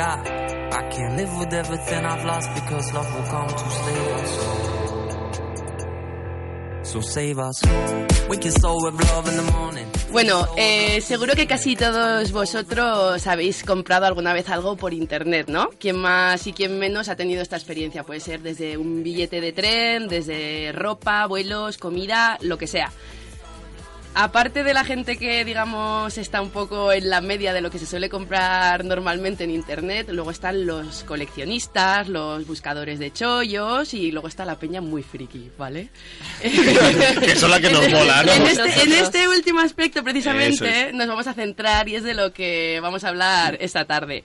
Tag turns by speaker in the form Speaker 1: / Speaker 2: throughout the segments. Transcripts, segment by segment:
Speaker 1: I, I can't live with everything I've lost because love will come to save us. So save us. We can soul with love in the morning.
Speaker 2: Bueno, eh, seguro que casi todos vosotros habéis comprado alguna vez algo por internet, ¿no? Quien más y quien menos ha tenido esta experiencia. Puede ser desde un billete de tren, desde ropa, vuelos, comida, lo que sea. Aparte de la gente que, digamos, está un poco en la media de lo que se suele comprar normalmente en Internet, luego están los coleccionistas, los buscadores de chollos y luego está la peña muy friki, ¿vale?
Speaker 3: que son las que nos mola, ¿no?
Speaker 2: En este, en este último aspecto,
Speaker 3: Eso
Speaker 2: precisamente, nos vamos a centrar y es de lo que vamos a hablar esta tarde.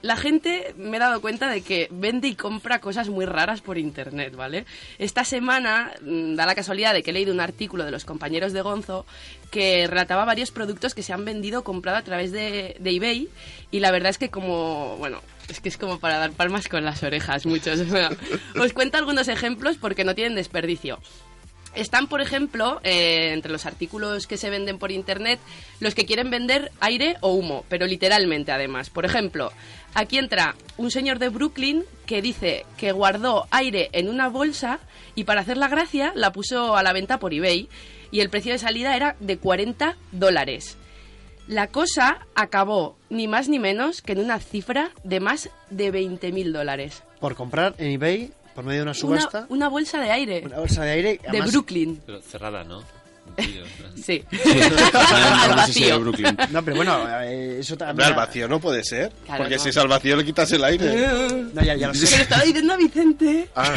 Speaker 2: La gente me he dado cuenta de que vende y compra cosas muy raras por internet, ¿vale? Esta semana mm, da la casualidad de que he leído un artículo de los compañeros de Gonzo que relataba varios productos que se han vendido o comprado a través de, de eBay y la verdad es que como, bueno, es que es como para dar palmas con las orejas muchos. o sea, os cuento algunos ejemplos porque no tienen desperdicio. Están, por ejemplo, eh, entre los artículos que se venden por internet, los que quieren vender aire o humo, pero literalmente además. Por ejemplo, aquí entra un señor de Brooklyn que dice que guardó aire en una bolsa y para hacer la gracia la puso a la venta por eBay y el precio de salida era de 40 dólares. La cosa acabó ni más ni menos que en una cifra de más de 20.000 dólares.
Speaker 4: Por comprar en eBay, por medio de una
Speaker 2: Una,
Speaker 4: subasta, una,
Speaker 2: una bolsa de aire
Speaker 4: bolsa de aire.
Speaker 2: de
Speaker 4: además-
Speaker 2: Brooklyn.
Speaker 5: Pero cerrada, ¿no? Mentira.
Speaker 2: Sí.
Speaker 5: no,
Speaker 2: Al
Speaker 5: no sé si era
Speaker 2: vacío.
Speaker 5: Brooklyn.
Speaker 4: No, pero bueno, eh, eso
Speaker 3: Hombre,
Speaker 4: también.
Speaker 3: al vacío no puede ser.
Speaker 2: Claro,
Speaker 3: porque
Speaker 2: no.
Speaker 3: si es al vacío le quitas el aire.
Speaker 4: No, ya, ya lo
Speaker 2: Se lo
Speaker 4: sé.
Speaker 2: estaba diciendo a Vicente.
Speaker 5: Ah,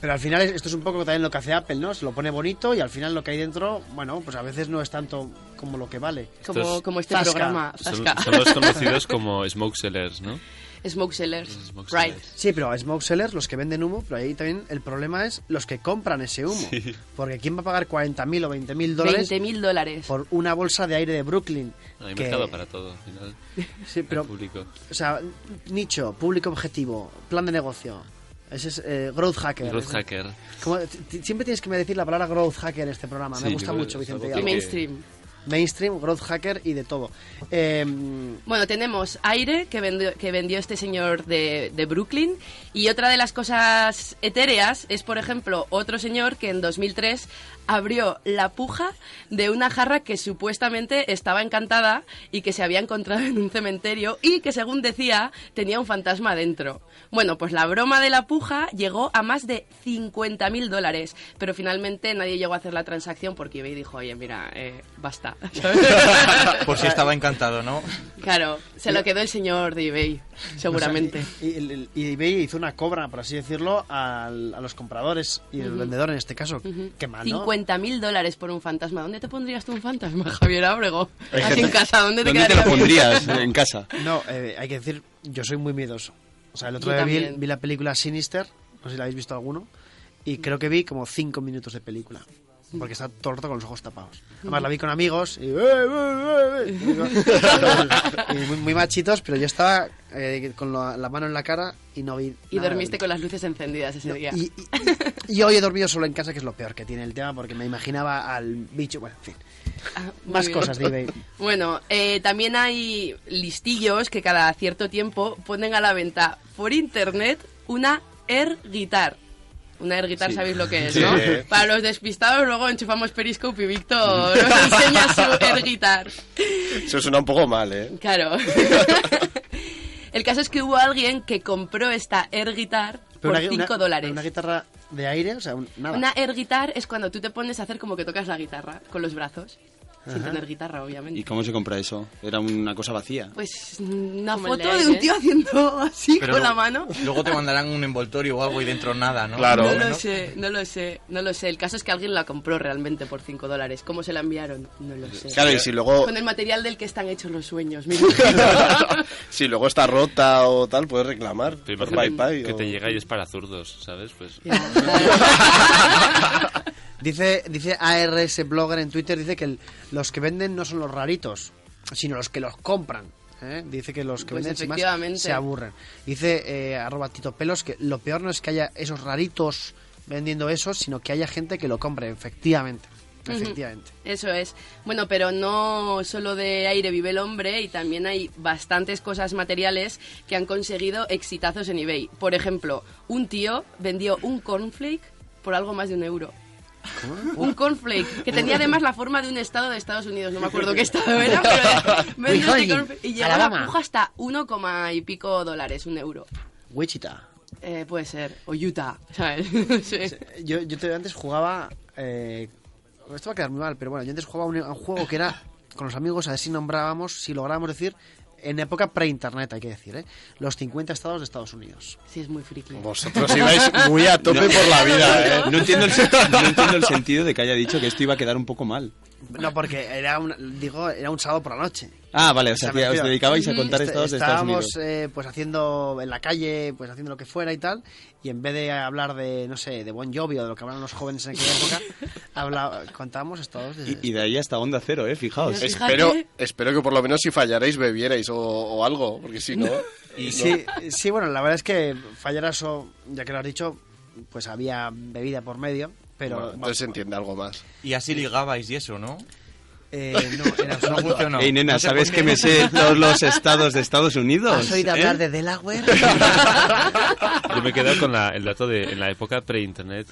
Speaker 4: Pero al final es- esto es un poco también lo que hace Apple, ¿no? Se lo pone bonito y al final lo que hay dentro, bueno, pues a veces no es tanto como lo que vale.
Speaker 2: Como,
Speaker 5: Estos-
Speaker 2: como este
Speaker 4: Zasca.
Speaker 2: programa.
Speaker 5: Son,
Speaker 2: Zasca.
Speaker 5: son los conocidos como smoke sellers, ¿no?
Speaker 2: Smoke sellers.
Speaker 5: Smoke
Speaker 2: Right.
Speaker 5: sellers.
Speaker 4: Sí, pero smoke sellers, los que venden humo, pero ahí también el problema es los que compran ese humo. Porque ¿quién va a pagar 40.000 o 20.000 dólares
Speaker 2: 20.000 dólares.
Speaker 4: por una bolsa de aire de Brooklyn?
Speaker 5: Hay
Speaker 4: Que-
Speaker 5: mercado para todo, al final.
Speaker 4: Sí,
Speaker 5: El
Speaker 4: pero,
Speaker 5: público.
Speaker 4: o sea, nicho, público objetivo, plan de negocio. Ese es eh, growth hacker.
Speaker 5: Growth
Speaker 4: Es-
Speaker 5: hacker.
Speaker 4: Como- t- t- siempre tienes que me decir la palabra growth hacker en este programa.
Speaker 5: Sí,
Speaker 4: me gusta
Speaker 5: yo creo
Speaker 4: mucho,
Speaker 5: que es
Speaker 4: Vicente.
Speaker 5: algo
Speaker 2: Y
Speaker 4: Gallo.
Speaker 5: que-
Speaker 2: mainstream.
Speaker 4: Mainstream, growth hacker y de todo. Eh,
Speaker 2: Bueno, tenemos aire que vendió, que vendió este señor de, de Brooklyn y otra de las cosas etéreas es, por ejemplo, otro señor que en 2003 abrió la puja de una jarra que supuestamente estaba encantada y que se había encontrado en un cementerio y que, según decía, tenía un fantasma dentro. Bueno, pues la broma de la puja llegó a más de 50.000 dólares, pero finalmente nadie llegó a hacer la transacción porque eBay dijo, oye, mira, eh, basta.
Speaker 6: Por si estaba encantado, ¿no?
Speaker 2: Claro, se lo quedó el señor de eBay, seguramente.
Speaker 4: y, el- y eBay hizo una cobra, por así decirlo, al- a los compradores y el vendedor en este caso. Qué mal, ¿no?
Speaker 2: 50.000 dólares por un fantasma. ¿Dónde te pondrías tú un fantasma, Javier Ábrego?
Speaker 3: Hay
Speaker 2: Aquí
Speaker 3: gente-
Speaker 2: en casa, ¿dónde te
Speaker 3: ¿Dónde te
Speaker 2: quedaría
Speaker 3: lo
Speaker 2: bien?
Speaker 3: pondrías? en casa.
Speaker 4: No, eh, hay que decir, yo soy muy miedoso. O sea, el otro
Speaker 2: Yo
Speaker 4: día vi,
Speaker 2: también.
Speaker 4: vi la película Sinister, no sé si la habéis visto alguno, y creo que vi como cinco minutos de película. Porque está todo el rato con los ojos tapados. Además la vi con amigos y... ¡Eh, eh, eh, eh! Y muy, muy machitos, pero yo estaba eh, con la, la mano en la cara y no vi...
Speaker 2: Y
Speaker 4: nada de
Speaker 2: dormiste
Speaker 4: película.
Speaker 2: con las luces encendidas ese día.
Speaker 4: Y, y- y hoy he dormido solo en casa, que es lo peor que tiene el tema, porque me imaginaba al bicho... Bueno, en fin.
Speaker 2: Ah, muy
Speaker 4: Más
Speaker 2: bien.
Speaker 4: cosas de eBay.
Speaker 2: Bueno, eh, también hay listillos que cada cierto tiempo ponen a la venta por internet una air guitar. Una air guitar, sabéis lo que es,
Speaker 3: Sí.
Speaker 2: ¿no? Para los despistados, luego enchufamos Periscope y Víctor nos enseña su air guitar.
Speaker 3: Eso suena un poco mal, ¿eh?
Speaker 2: Claro. El caso es que hubo alguien que compró esta air guitar
Speaker 4: Pero
Speaker 2: por
Speaker 4: una-
Speaker 2: 5
Speaker 4: una-
Speaker 2: dólares.
Speaker 4: Una
Speaker 2: Una,
Speaker 4: guitarra de aire, o sea, un- nada.
Speaker 2: air guitar es cuando tú te pones a hacer como que tocas la guitarra con los brazos, sin tener guitarra, obviamente.
Speaker 7: ¿Y cómo se compra eso? Era una cosa vacía.
Speaker 2: Pues una
Speaker 8: Como el
Speaker 2: foto
Speaker 3: eh?
Speaker 8: de
Speaker 2: de un
Speaker 8: aire.
Speaker 2: tío haciendo así
Speaker 6: Pero
Speaker 2: con
Speaker 6: no-
Speaker 2: la mano.
Speaker 6: Luego te mandarán un envoltorio o algo y dentro nada, ¿no?
Speaker 3: Claro.
Speaker 2: No
Speaker 3: Bueno.
Speaker 2: lo sé, no lo sé, no lo sé. El caso es que alguien la compró realmente por 5 dólares. ¿Cómo se la enviaron? No lo sé.
Speaker 3: Claro, y si luego,
Speaker 2: Con el material del que están hechos los sueños, me imagino.
Speaker 3: si luego está rota o tal, puedes reclamar
Speaker 5: Pero
Speaker 3: por
Speaker 5: imagínate
Speaker 3: PayPal
Speaker 5: que
Speaker 3: o-
Speaker 5: te llega y es para zurdos, ¿sabes? Pues
Speaker 2: Ya.
Speaker 4: Dice, dice ARS Blogger en Twitter, dice que el- los que venden no son los raritos, sino los que los compran. ¿eh? Dice que los que
Speaker 2: Pues
Speaker 4: venden sin más,
Speaker 2: efectivamente.
Speaker 4: se aburren. Dice eh, arroba Tito Pelos que lo peor no es que haya esos raritos vendiendo eso, sino que haya gente que lo compre, efectivamente. Efectivamente.
Speaker 2: Eso es. Bueno, pero no solo de aire vive el hombre y también hay bastantes cosas materiales que han conseguido exitazos en eBay. Por ejemplo, un tío vendió un cornflake por algo más de un euro. Un cornflake, que tenía además la forma de un estado de Estados Unidos, no me acuerdo qué estado era, pero vendió este
Speaker 4: Wisconsin,
Speaker 2: cornflake y llegaba
Speaker 4: Alabama.
Speaker 2: puja hasta uno coma y pico dólares, un euro.
Speaker 4: Wichita.
Speaker 2: Eh, puede ser, o Utah, ¿sabes? No sé.
Speaker 4: Yo, yo te- antes jugaba. eh, esto va a quedar muy mal, pero bueno, yo antes jugaba un, a un juego que era con los amigos, a ver si nombrábamos, si lográbamos decir, en época pre-internet, hay que decir, ¿eh? los 50 estados de Estados Unidos.
Speaker 2: Sí, es muy friki.
Speaker 3: Vosotros ibais muy a tope por la vida, ¿eh?
Speaker 7: No entiendo, el, no entiendo el sentido de que haya dicho que esto iba a quedar un poco mal.
Speaker 4: No, porque era un, digo, era un sábado por la noche.
Speaker 7: Ah, vale, o
Speaker 4: sea,
Speaker 7: sea,
Speaker 4: me
Speaker 7: que os
Speaker 4: refiero-
Speaker 7: dedicabais a contar
Speaker 4: Est-
Speaker 7: estados de Estados
Speaker 4: Mm, estábamos
Speaker 7: Unidos.
Speaker 4: eh, pues haciendo en la calle, pues haciendo lo que fuera y tal, y en vez de hablar de, no sé, de Bon Jovi o de lo que hablan los jóvenes en aquella época, habla- contábamos estados de...
Speaker 7: Y, y de ahí hasta Onda Cero, ¿eh? Fijaos.
Speaker 2: Es-
Speaker 3: Espero,
Speaker 2: Fíjate.
Speaker 3: espero que por lo menos si fallarais bebierais o, o algo, porque si no...
Speaker 4: Y sí, sí, bueno, la verdad es que Fallaraso, ya que lo has dicho, pues había bebida por medio, pero...
Speaker 3: Bueno, entonces se entiende algo más.
Speaker 6: Y así ligabais y eso, ¿no?
Speaker 4: eh, no, era
Speaker 6: No funcionó.
Speaker 7: Ey, nena,
Speaker 6: No se
Speaker 7: ¿sabes que
Speaker 6: podía.
Speaker 7: me sé todos los estados de Estados Unidos?
Speaker 4: ¿Has oído
Speaker 7: eh?
Speaker 4: hablar de Delaware?
Speaker 5: Yo me quedo con la- el dato de en la época pre-internet.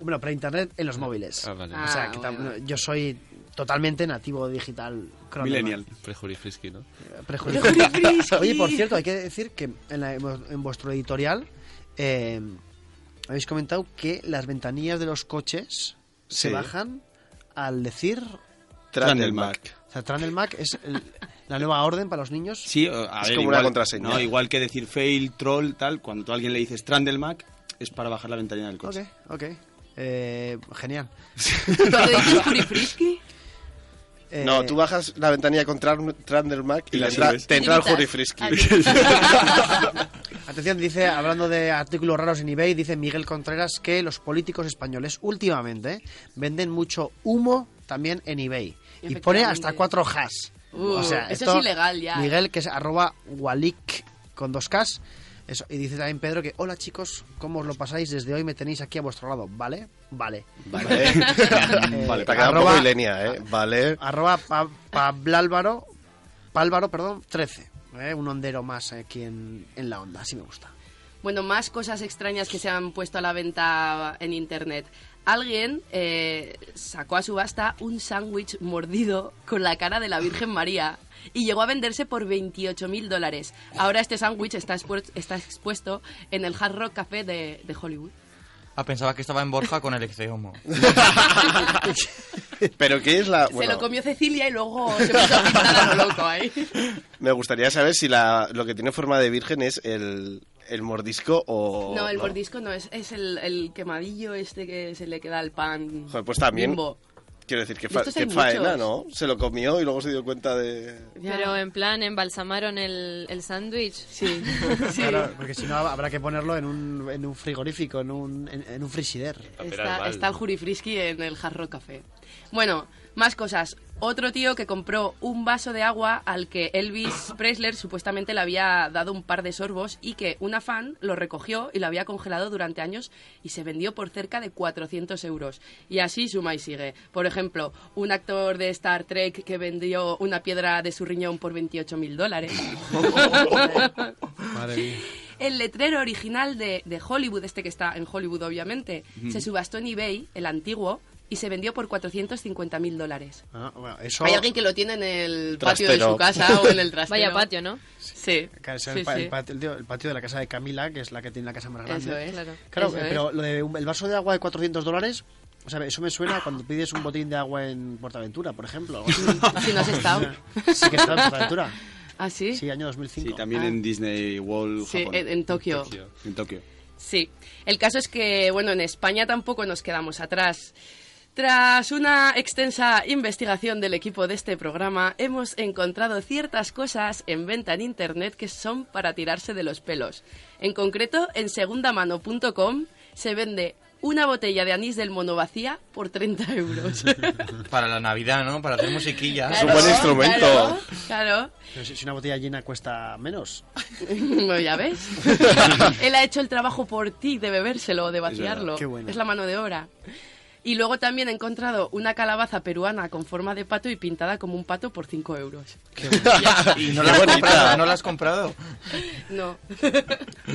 Speaker 4: bueno, para internet en los móviles.
Speaker 5: Ah, vale.
Speaker 4: O sea, que
Speaker 2: Ah,
Speaker 4: tam-
Speaker 2: bueno.
Speaker 4: yo soy totalmente nativo digital. crossover.
Speaker 7: Millennial.
Speaker 5: Prejury Frisky, ¿no?
Speaker 4: Prejuicio.
Speaker 2: Prejuicio frisky.
Speaker 4: Oye, por cierto, hay que decir que en, la- en vuestro editorial eh, habéis comentado que las ventanillas de los coches se
Speaker 7: Sí.
Speaker 4: bajan al decir...
Speaker 7: Trandelmark.
Speaker 4: O sea, Trandelmac es el- la nueva orden para los niños.
Speaker 7: Sí, o- a
Speaker 3: Es
Speaker 7: ver,
Speaker 3: como
Speaker 7: igual,
Speaker 3: una contraseña.
Speaker 7: No, igual que decir fail, troll, tal, cuando tú a alguien le dices Trandelmark, es para bajar la ventanilla del
Speaker 4: Ok,
Speaker 7: coche.
Speaker 4: ok. Eh, genial.
Speaker 2: Cuando dices furifrisky,
Speaker 4: Eh,
Speaker 3: No, tú bajas la ventanilla con Tran- Trandelmac y,
Speaker 7: Y
Speaker 3: le
Speaker 7: la
Speaker 3: entra-
Speaker 7: subes.
Speaker 3: te entra el
Speaker 2: imitas.
Speaker 3: Juri Frisky.
Speaker 4: Atención, dice, hablando de artículos raros en eBay, dice Miguel Contreras que los políticos españoles últimamente venden mucho humo también en eBay. Y
Speaker 2: Efectivamente.
Speaker 4: pone hasta cuatro has.
Speaker 2: Uh, eso es ilegal ya,
Speaker 4: Miguel, que es arroba walik con dos Ks. Eso, y dice también Pedro que, hola chicos, ¿cómo os lo pasáis? Desde hoy me tenéis aquí a vuestro lado, ¿vale? Vale.
Speaker 3: Vale.
Speaker 4: Eh,
Speaker 3: Te ha quedado un poco
Speaker 4: arroba-
Speaker 3: ilenia, ¿eh? Vale.
Speaker 4: arroba pa, pablálvaro, pálvaro, perdón, 13. ¿eh? Un ondero más aquí en, en la onda, así me gusta.
Speaker 2: Bueno, más cosas extrañas que se han puesto a la venta en internet. Alguien eh, sacó a subasta un sándwich mordido con la cara de la Virgen María y llegó a venderse por 28 mil dólares. Ahora este sándwich está, expu- está expuesto en el Hard Rock Café de, de Hollywood.
Speaker 6: Ah, pensaba que estaba en Borja con el exceomo.
Speaker 3: Pero ¿qué es la...?
Speaker 2: Se
Speaker 3: bueno,
Speaker 2: lo comió Cecilia y luego se puso a pintar a lo loco ahí.
Speaker 3: me gustaría saber si la, lo que tiene forma de virgen es el, el mordisco o...
Speaker 2: No, el mordisco no es, es el, el quemadillo este que se le queda al pan.
Speaker 3: Joder, pues también.
Speaker 2: Bimbo.
Speaker 3: Quiero decir, que,
Speaker 2: De
Speaker 3: fa-
Speaker 2: estos hay
Speaker 3: que faena,
Speaker 2: muchos.
Speaker 3: ¿no? Se lo comió y luego se dio cuenta de...
Speaker 2: Ya.
Speaker 8: Pero en plan, embalsamaron el, el sándwich.
Speaker 2: Sí, sí.
Speaker 4: Claro, porque si no habrá que ponerlo en un, en un frigorífico, en un, en, en un frigider.
Speaker 2: Está, está el jurifrisky en el jarro café. Bueno, más cosas. Otro tío que compró un vaso de agua al que Elvis Presley supuestamente le había dado un par de sorbos y que una fan lo recogió y lo había congelado durante años y se vendió por cerca de 400 euros. Y así suma y sigue. Por ejemplo, un actor de Star Trek que vendió una piedra de su riñón por 28 mil dólares. El letrero original de, de Hollywood, este que está en Hollywood obviamente, se subastó en eBay, el antiguo, y se vendió por 450 mil dólares.
Speaker 4: Ah, bueno, eso,
Speaker 2: Hay alguien que lo tiene en el patio de
Speaker 3: Trastero.
Speaker 2: su casa o en el trastero.
Speaker 8: Vaya patio, ¿no?
Speaker 2: Sí.
Speaker 4: claro, es
Speaker 2: sí,
Speaker 4: el, pa-
Speaker 2: sí.
Speaker 4: el patio, el tío- el patio de la casa de Camila, que es la que tiene la casa más grande.
Speaker 2: Eso es.
Speaker 8: Claro.
Speaker 4: Claro,
Speaker 2: Eso
Speaker 4: eh,
Speaker 2: es.
Speaker 4: pero lo de un- el vaso de agua de 400 dólares, o sea, eso me suena a cuando pides un botín de agua en Portaventura, por ejemplo. o algo así.
Speaker 2: Si no has estado.
Speaker 4: Sí que está en Portaventura.
Speaker 2: ¿Ah, sí?
Speaker 4: Sí, año
Speaker 7: Sí,
Speaker 4: 2005.
Speaker 7: también en Disney World,
Speaker 2: Sí,
Speaker 7: Japón.
Speaker 2: en, en Tokio.
Speaker 7: En Tokio.
Speaker 2: Sí. El caso es que, bueno, en España tampoco nos quedamos atrás. Tras una extensa investigación del equipo de este programa, hemos encontrado ciertas cosas en venta en Internet que son para tirarse de los pelos. En concreto, en segundamano.com se vende una botella de anís del mono vacía por 30 euros.
Speaker 6: Para la Navidad, ¿no? Para hacer musiquilla.
Speaker 3: un buen instrumento.
Speaker 2: Claro, claro.
Speaker 4: Pero si, si una botella llena cuesta menos.
Speaker 2: Bueno, ya ves. Él ha hecho el trabajo por ti de bebérselo, de vaciarlo.
Speaker 4: Qué bueno.
Speaker 2: Es la mano de obra. Y luego también he encontrado una calabaza peruana con forma de pato y pintada como un pato por 5 euros.
Speaker 6: Y no la
Speaker 3: Qué
Speaker 6: has
Speaker 3: bonita.
Speaker 6: comprado. ¿No la has comprado?
Speaker 2: No.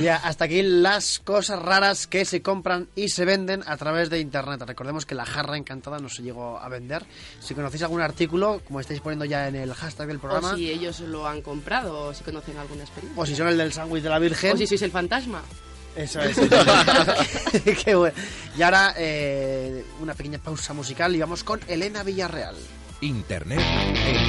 Speaker 4: Ya, hasta aquí las cosas raras que se compran y se venden a través de internet. Recordemos que la jarra encantada no se llegó a vender. Si conocéis algún artículo, como estáis poniendo ya en el hashtag del programa,
Speaker 2: O si ellos lo han comprado, o si conocen alguna experiencia.
Speaker 4: o si son el del sándwich de la Virgen,
Speaker 2: O si sois el fantasma.
Speaker 4: Eso es. Qué bueno. Y ahora eh, una pequeña pausa musical y vamos con Elena Villarreal.
Speaker 9: Internet en